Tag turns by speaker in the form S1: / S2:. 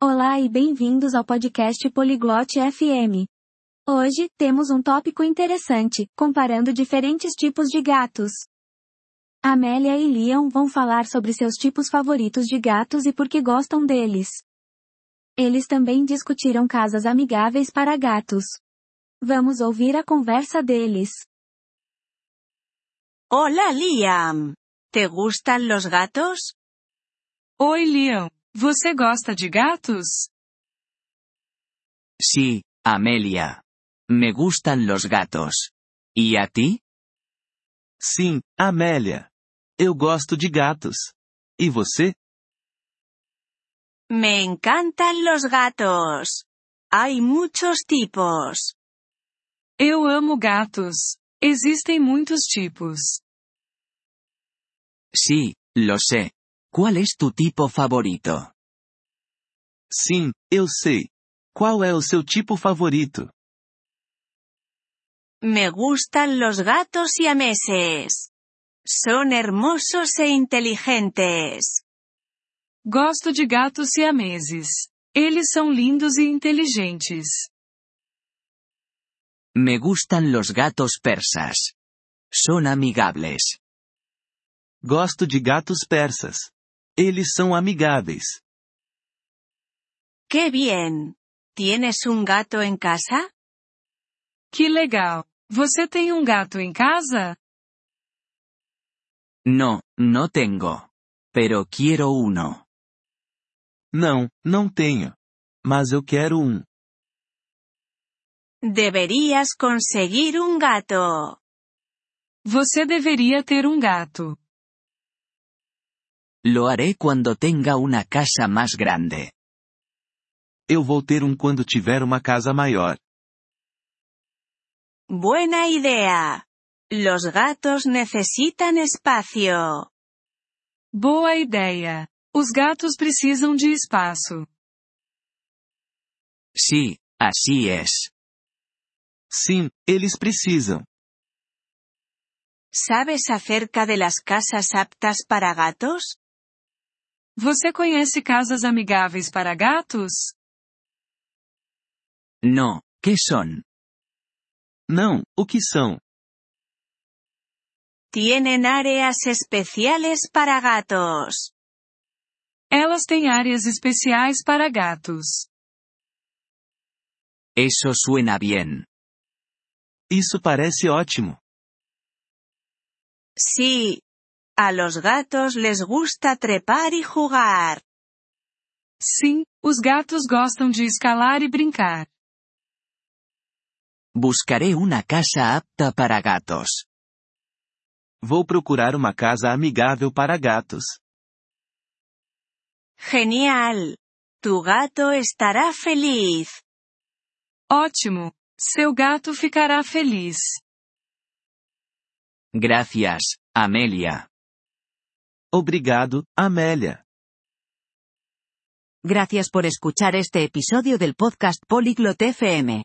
S1: Olá e bem-vindos ao podcast Poliglote FM. Hoje, temos um tópico interessante, comparando diferentes tipos de gatos. Amélia e Leon vão falar sobre seus tipos favoritos de gatos e por que gostam deles. Eles também discutiram casas amigáveis para gatos. Vamos ouvir a conversa deles.
S2: Hola Liam. ¿Te gustan los gatos?
S3: Oi, Leon. Você gosta de gatos?
S4: Sí, Amelia. Me gustan los gatos. ¿Y a ti?
S5: Sim, Amélia. Eu gosto de gatos. E você?
S2: Me encantan los gatos. Hay muchos tipos.
S3: Eu amo gatos. Existem muitos tipos.
S4: Sí, lo sé. ¿Cuál es tu tipo favorito?
S5: Sim, eu sei. Qual é o seu tipo favorito?
S2: Me gustan los gatos siameses. Son hermosos e inteligentes.
S3: Gosto de gatos siameses. Eles são lindos e inteligentes.
S4: Me gustan los gatos persas. Son amigables.
S5: Gosto de gatos persas. Eles são amigáveis.
S2: ¡Qué bien! ¿Tienes un gato en casa?
S3: Que legal! Você tem um gato em casa?
S4: No, no tengo. Pero quiero uno.
S5: Não, não tenho. Mas eu quero um.
S2: Deberías conseguir un gato.
S3: Você deveria ter um gato.
S4: Lo haré cuando tenga una casa más grande.
S5: Eu vou ter um quando tiver uma casa maior.
S2: Buena idea. Los gatos necesitan espacio.
S3: Boa ideia. Os gatos precisam de espaço.
S4: Sí, así es.
S5: Sim, eles precisam.
S2: ¿Sabes acerca de las casas aptas para gatos?
S3: Você conhece casas amigáveis para gatos?
S4: No, ¿qué son?
S5: Não, o que são?
S2: Tienen áreas especiales para gatos.
S3: Elas têm áreas especiais para gatos.
S4: Eso suena bien.
S5: Isso parece ótimo.
S2: Sí. A los gatos les gusta trepar y jugar.
S3: Sim, os gatos gostam de escalar e brincar.
S4: Buscaré una casa apta para gatos.
S5: Vou procurar uma casa amigável para gatos.
S2: Genial. Tu gato estará feliz.
S3: Ótimo! Seu gato ficará feliz.
S4: Gracias, Amelia.
S5: Obrigado, Amélia.
S6: Gracias por escuchar este episodio del podcast Polyglot FM.